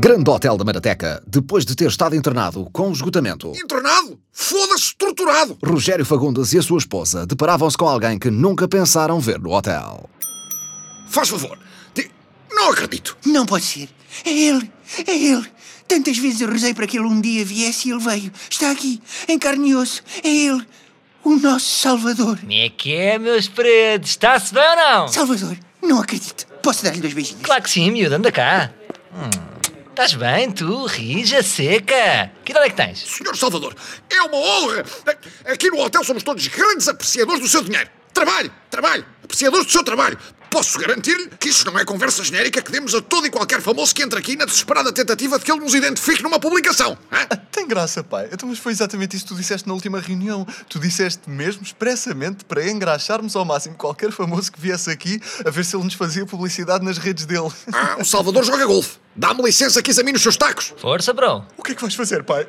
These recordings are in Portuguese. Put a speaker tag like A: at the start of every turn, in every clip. A: Grande hotel da Marateca, depois de ter estado internado com esgotamento,
B: Internado? Foda-se, torturado!
A: Rogério Fagundes e a sua esposa deparavam-se com alguém que nunca pensaram ver no hotel.
B: Faz favor. Di- Não acredito.
C: Não pode ser. É ele. É ele. Tantas vezes eu rezei para que ele um dia viesse e ele veio. Está aqui, em carne e osso. É ele. O nosso Salvador.
D: Como é que é, meus pretos? Está-se bem ou não?
C: Salvador, não acredito. Posso dar-lhe dois beijinhos?
D: Claro que um sim, miúdo, anda cá. Hum, estás bem, tu, rija, seca. Que idade é que tens?
B: Senhor Salvador, é uma honra. A- Aqui no hotel somos todos grandes apreciadores do seu dinheiro. Trabalho, trabalho, apreciadores do seu trabalho. Posso garantir-lhe que isto não é conversa genérica que demos a todo e qualquer famoso que entra aqui na desesperada tentativa de que ele nos identifique numa publicação. hã?
E: Tem graça, pai. Então, mas foi exatamente isso que tu disseste na última reunião. Tu disseste mesmo expressamente para engraxarmos ao máximo qualquer famoso que viesse aqui a ver se ele nos fazia publicidade nas redes dele.
B: Ah, o Salvador joga golfe. Dá-me licença que examine os seus tacos.
D: Força, bro.
E: O que é que vais fazer, pai?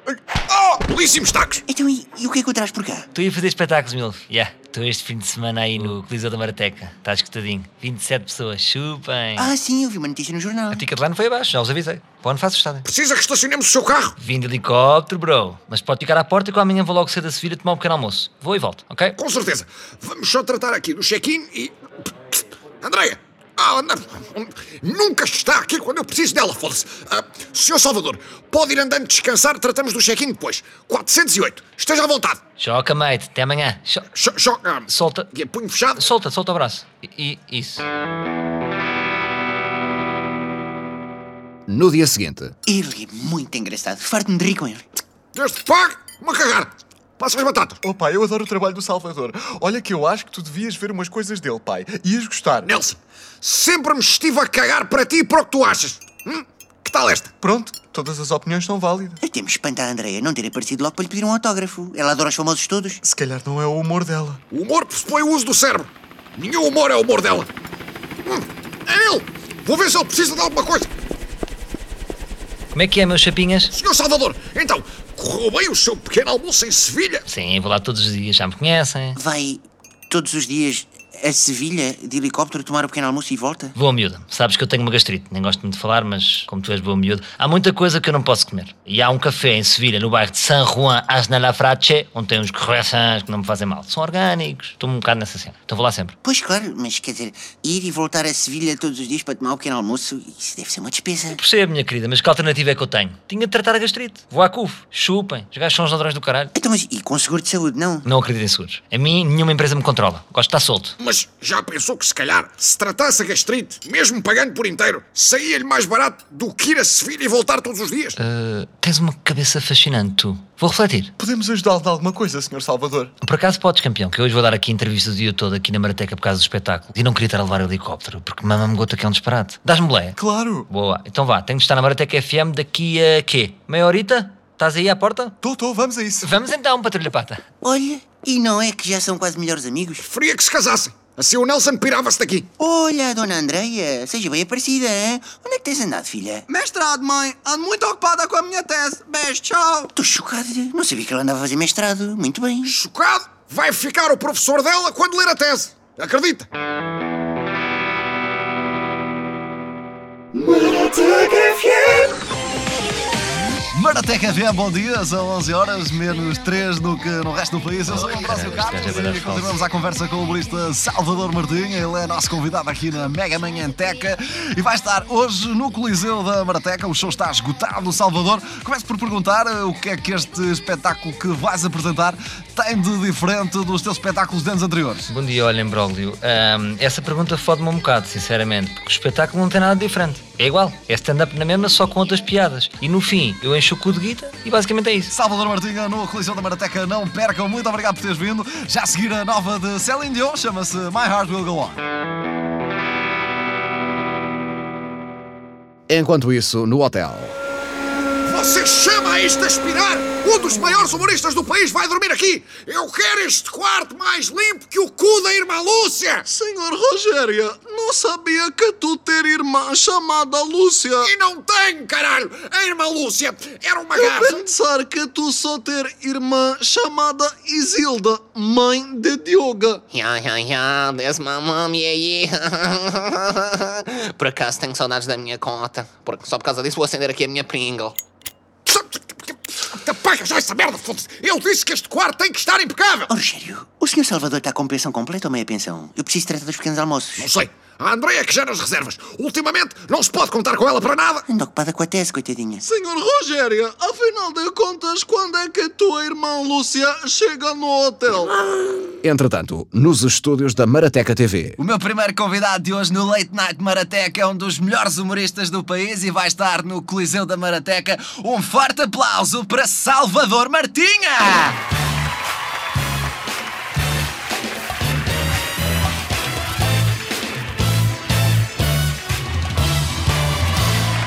B: Oh, belíssimos tacos.
C: Então, e, e o que é que eu traz por cá?
D: Tu ia fazer espetáculos, miúdo. Yeah. Estou este fim de semana aí no Coliseu da Marateca. Está escutadinho. 27 pessoas, chupem.
C: Ah, sim, eu vi uma notícia no jornal.
D: A ticket lá não foi abaixo, já os avisei. Para onde faço estada.
B: Precisa que estacionemos o seu carro.
D: Vim de helicóptero, bro. Mas pode ficar à porta que eu amanhã vou logo cedo a Sevilha tomar um pequeno almoço. Vou e volto, ok?
B: Com certeza. Vamos só tratar aqui do check-in e. Andreia! Ah, não. Nunca está aqui quando eu preciso dela, foda-se. Ah, senhor Salvador, pode ir andando descansar, tratamos do check-in depois. 408, esteja à vontade.
D: Choca, mate. Até amanhã. Cho-
B: Cho- cho- ah,
D: Solta.
B: e punho fechado.
D: Solta, solta o braço. E, e isso.
A: No dia seguinte,
C: Ele é muito engraçado. Farto-me de rir com ele.
B: Deus te pague, uma cagar. Passa as batatas.
E: Oh, pai, eu adoro o trabalho do Salvador. Olha que eu acho que tu devias ver umas coisas dele, pai. Ias gostar.
B: Nelson, sempre me estive a cagar para ti e para o que tu achas. Hum? Que tal esta?
E: Pronto, todas as opiniões são válidas.
C: Até me espanta a Andreia não ter aparecido logo para lhe pedir um autógrafo. Ela adora os famosos todos.
E: Se calhar não é o humor dela.
B: O humor pressupõe o uso do cérebro. Nenhum humor é o humor dela. Hum, é ele! Vou ver se ele precisa de alguma coisa.
D: Como é que é, meus chapinhas?
B: Senhor Salvador, então, correu bem o seu pequeno almoço em Sevilha?
D: Sim, vou lá todos os dias, já me conhecem.
C: Vai todos os dias a Sevilha de helicóptero tomar o pequeno almoço e volta?
D: Boa miúda, sabes que eu tenho uma gastrite, nem gosto muito de falar, mas como tu és boa miúda, há muita coisa que eu não posso comer. E há um café em Sevilha, no bairro de San Juan Asnalafrache, onde tem uns croissants que não me fazem mal. São orgânicos, estou-me um bocado nessa cena. Então vou lá sempre.
C: Pois claro, mas quer dizer, ir e voltar a Sevilha todos os dias para tomar o pequeno almoço, isso deve ser uma despesa.
D: Percebo, minha querida, mas que alternativa é que eu tenho? Tinha de tratar a gastrite. Vou à CUF, chupem, os gajos são os ladrões do caralho.
C: Então, mas e com seguro de saúde, não?
D: Não acredito em seguros. A mim, nenhuma empresa me controla. Gosto de estar solto.
B: Mas já pensou que se calhar, se tratasse a gastrite, mesmo pagando por inteiro, saía-lhe mais barato do que ir a Sevilha e voltar todos os dias?
D: Ah, tens uma cabeça fascinante, tu. Vou refletir.
E: Podemos ajudá-lo de alguma coisa, Sr. Salvador?
D: Por acaso podes, campeão, que eu hoje vou dar aqui entrevista o dia todo aqui na Marateca por causa do espetáculo e não queria estar a levar o helicóptero porque mama-me gota que é um disparate. Dás-me boleia?
E: Claro.
D: Boa, então vá, tenho de estar na Marateca FM daqui a quê? Meia horita? Estás aí à porta?
E: Tô, tô, vamos a isso.
D: Vamos então, patrulha pata.
C: Olha, e não é que já são quase melhores amigos?
B: Preferia que se casassem. Assim o Nelson pirava-se daqui.
C: Olha, dona Andreia, seja bem aparecida, hein? Onde é que tens andado, filha?
F: Mestrado, mãe, ando muito ocupada com a minha tese. Beijo, tchau.
C: Estou chocado, não sabia que ela andava a fazer mestrado. Muito bem.
B: Chocado, vai ficar o professor dela quando ler a tese. Acredita?
G: Marateca FM, bom dia, são 11 horas, menos 3 do que no resto do país. Eu sou o Andrasio Carlos
D: este gajo é bué
G: e
D: da
G: continuamos a conversa com o humorista Salvador Martinha. Ele é nosso convidado aqui na Mega Manhanteca e vai estar hoje no Coliseu da Marateca. O show está esgotado, Salvador. Começo por perguntar eh, o que é que este espetáculo que vais apresentar tem de diferente dos teus espetáculos de anos anteriores.
D: Bom dia, olha, Imbróglio. Ahm, essa pergunta fode-me um bocado, sinceramente, porque o espetáculo não tem nada de diferente. É igual, é stand-up na mesma, só com outras piadas. E no fim, eu encho o cu de guita e basicamente é isso.
G: Salvador Martinha no Coliseu da Marateca, não percam. Muito obrigado por teres vindo. Já a seguir a nova de Celine Dion, chama-se My Heart Will Go On.
A: enquanto isso, no hotel.
B: Você chama a isto a aspirar? Um dos maiores humoristas do país vai dormir aqui! Eu quero este quarto mais limpo que o cu da irmã Lúcia!
F: Senhor Rogério, não sabia que tu ter irmã chamada Lúcia.
B: E não tenho, caralho! A irmã Lúcia era uma
F: Eu
B: garça!
F: pensar que tu só ter irmã chamada Isilda, mãe de Dioga.
H: Ya, ya, ya, there's my mom, yeah, yeah. Por acaso tenho saudades da minha conta. Porque só por causa disso vou acender aqui a minha Pringle.
B: Apaga já essa merda, foda-se! Eu disse que este quarto tem que estar impecável!
C: Oh, Rogério, o senhor Salvador está com pensão completa ou meia pensão? Eu preciso tratar dos pequenos
B: Não
C: almoços.
B: sei. A Andreia que já nas reservas. Ultimamente não se pode contar com ela para nada.
C: Ando ocupada com a tese, coitadinha.
F: Senhor Rogério, afinal de contas, quando é que tua irmã Lúcia chega no hotel?
A: Entretanto, nos estúdios da Marateca TV.
G: O meu primeiro convidado de hoje no Late Night Marateca é um dos melhores humoristas do país e vai estar no Coliseu da Marateca. Um forte aplauso para Salvador Martinha!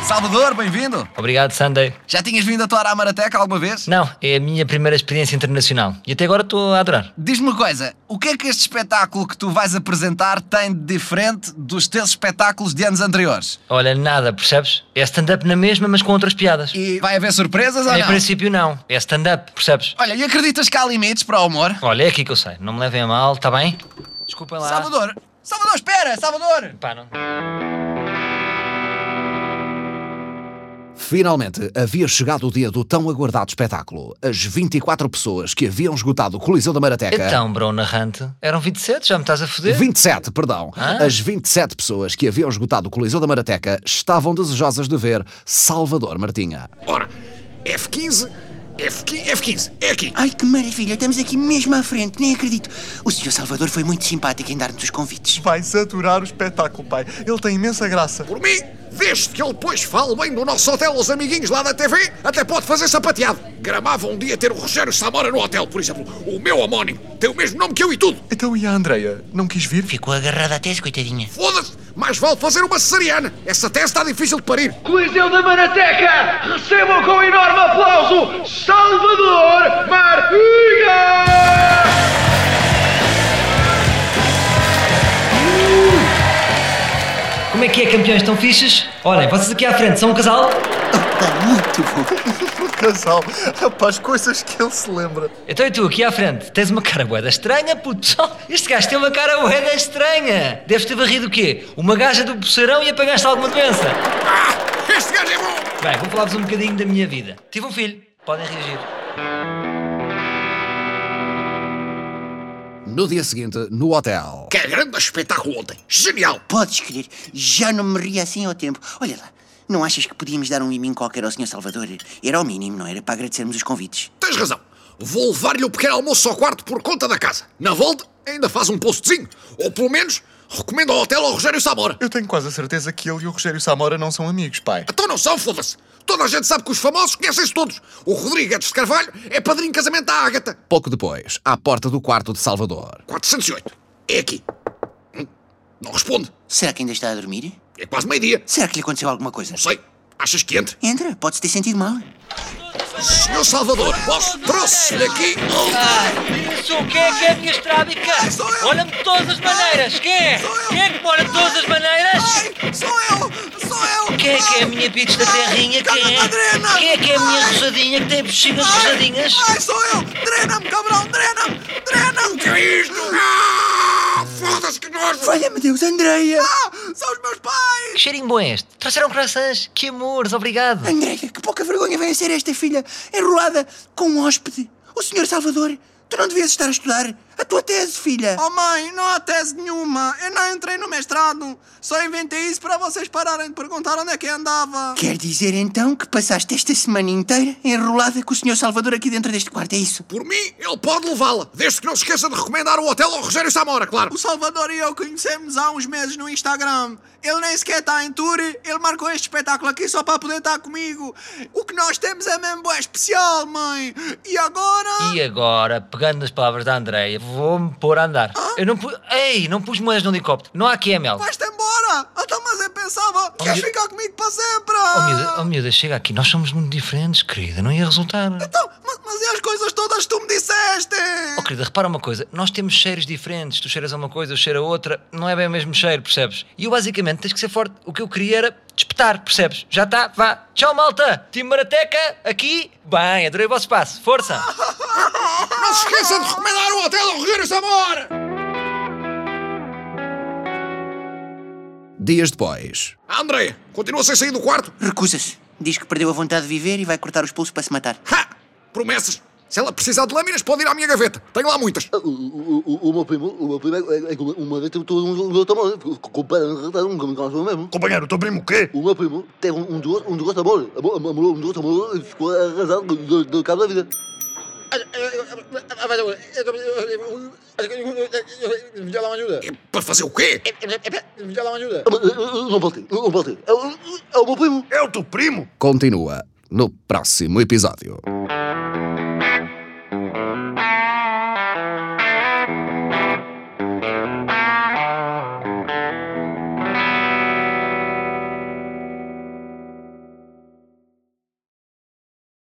G: Salvador, bem-vindo!
D: Obrigado, Sunday.
G: Já tinhas vindo atuar à Marateca alguma vez?
D: Não, é a minha primeira experiência internacional. E até agora estou a adorar.
G: Diz-me uma coisa, o que é que este espetáculo que tu vais apresentar tem de diferente dos teus espetáculos de anos anteriores?
D: Olha, nada, percebes? É stand-up na mesma, mas com outras piadas.
G: E vai haver surpresas ou
D: Em
G: não?
D: princípio, não. É stand-up, percebes?
G: Olha, e acreditas que há limites para o humor?
D: Olha, é aqui que eu sei. Não me levem a mal, está bem? Desculpem lá.
G: Salvador! Salvador, espera! Salvador!
D: Pá, não.
A: Finalmente, havia chegado o dia do tão aguardado espetáculo. As 24 pessoas que haviam esgotado o Coliseu da Marateca.
D: Então, bro narrante, eram 27, já me estás a foder?
A: 27, perdão.
D: Ah.
A: As 27 pessoas que haviam esgotado o Coliseu da Marateca estavam desejosas de ver Salvador Martinha.
B: Ora, F15, F15, F15, é aqui.
C: Ai, que maravilha, estamos aqui mesmo à frente, nem acredito. O senhor Salvador foi muito simpático em dar-nos os convites.
E: Vai saturar o espetáculo, pai. Ele tem imensa graça.
B: Por mim, desde que ele depois fale bem do nosso hotel aos amiguinhos lá da TV, até pode fazer sapateado. Gramava um dia ter o Rogério Samora no hotel, por exemplo. O meu homónimo tem o mesmo nome que eu e tudo.
E: Então e a Andreia? Não quis vir?
C: Ficou agarrada à tese, coitadinha.
B: Foda-se, mais vale fazer uma cesariana. Essa tese está difícil de parir.
I: Coliseu da Marateca, recebam com enorme aplauso Salvador Martinha!
D: Como é que é, campeões tão fichas? Olhem, vocês aqui à frente são um casal?
C: Opa, muito bom.
E: Um Casal. Rapaz, coisas que ele se lembra.
D: Então e tu, aqui à frente, tens uma cara boeda estranha, puto. Este gajo tem uma cara boeda estranha. Deves ter varrido o quê? Uma gaja do poceirão e apanhaste alguma doença.
B: Ah, este gajo é bom.
D: Bem, vou falar-vos um bocadinho da minha vida. Tive um filho, podem reagir.
A: No dia seguinte, no hotel.
B: Que é grande espetáculo ontem. Genial.
C: Podes crer, já não me ria assim ao tempo. Olha lá, não achas que podíamos dar um miminho qualquer ao senhor Salvador? Era o mínimo, não era? Para agradecermos os convites.
B: Tens razão. Vou levar-lhe o pequeno almoço ao quarto por conta da casa. Na volta, ainda faz um postozinho. Ou pelo menos, recomenda ao hotel ao Rogério Samora.
E: Eu tenho quase a certeza que ele e o Rogério Samora não são amigos, pai.
B: Então não são, foda-se. Toda a gente sabe que os famosos conhecem-se todos. O Rodrigues de Carvalho é padrinho de casamento da Ágata.
A: Pouco depois, à porta do quarto de Salvador.
B: 408. É aqui. Hum, Não responde.
C: Será que ainda está a dormir?
B: É quase meio-dia.
C: Será que lhe aconteceu alguma coisa?
B: Não sei. Achas que entra?
C: Entra, pode-se ter sentido mal.
B: Senhor Salvador, posso? Trouxe-lhe aqui.
D: Isso, quem é que é a minha estrábica? Olha-me de todas as maneiras, quem é? Quem é que mora de todas as maneiras?
F: Sou eu! Sou eu!
D: Quem é que é a minha bitch da terrinha? Quem é? Quem é que é a minha rosadinha que tem bexigas rosadinhas?
F: sou eu! Drena-me, cabrão! Drena-me! Drena-me!
B: Que é isto? Ah, foda-se que nojo.
C: Olha-me Deus, Andreia!
F: São os meus pais!
D: Que cheirinho bom é este? Trouxeram croissants? Que amores, obrigado.
C: Andreia, que pouca vergonha vem a ser esta filha, enrolada com um hóspede. O senhor Salvador, tu não devias estar a estudar a tua tese, filha.
F: Oh mãe, não há tese nenhuma! Eu não entrei no mestrado! Só inventei isso para vocês pararem de perguntar onde é que eu andava!
C: Quer dizer então que passaste esta semana inteira enrolada com o senhor Salvador aqui dentro deste quarto, é isso?
B: Por mim, ele pode levá-la. Desde que não se esqueça de recomendar o hotel ao Rogério Samora, claro.
F: O Salvador e eu conhecemos há uns meses no Instagram. Ele nem sequer está em tour, ele marcou este espetáculo aqui só para poder estar comigo. O que nós temos é mesmo bué especial, mãe. E agora?
D: E agora, pegando nas palavras da Andreia, vou-me pôr a andar. Eu não pus. Ei, não pus moedas no helicóptero. Não há QML.
F: Vais-te embora? Então, mas eu pensava.
B: Oh,
J: Queres
D: miúda-
J: ficar comigo para sempre?
D: Oh miúda, oh, miúda, chega aqui, nós somos muito diferentes, querida, não ia resultar.
J: Então, mas, mas e as coisas todas que tu me disseste?
D: Oh querida, repara uma coisa, nós temos cheiros diferentes, tu cheiras a uma coisa, eu cheiro a outra, não é bem o mesmo cheiro, percebes? E eu basicamente tens que ser forte, o que eu queria era despetar, percebes? Já está, vá, tchau malta, Time Marateca, aqui, bem, adorei o vosso espaço, força!
B: Não se esqueça de recomendar o Hotel Horreiros de Amor!
G: Dias depois.
B: André, continua sem sair do quarto?
C: Recusa-se. Diz que perdeu a vontade de viver e vai cortar os pulsos para se matar.
B: Ha! Promessas! Se ela precisar de lâminas, pode ir à minha gaveta. Tenho lá muitas.
H: O, o, o, o meu primo, o meu primo é, é, que uma- uma vez teve todo um automóvel, completamente um caso mesmo.
B: Companheiro, o teu primo o quê?
H: O meu primo teve um, um doce, um doce amor, amor, amor, um doce amor e ficou arrasado do, do, do cabo da vida.
K: Me dá lá uma ajuda.
B: Para fazer o
H: É,
B: quê?
K: Me dá lá uma ajuda.
H: Mas, eu- eu Não voltei, eu não voltei. É o- é o meu primo.
B: É o teu primo?
G: Continua no próximo episódio.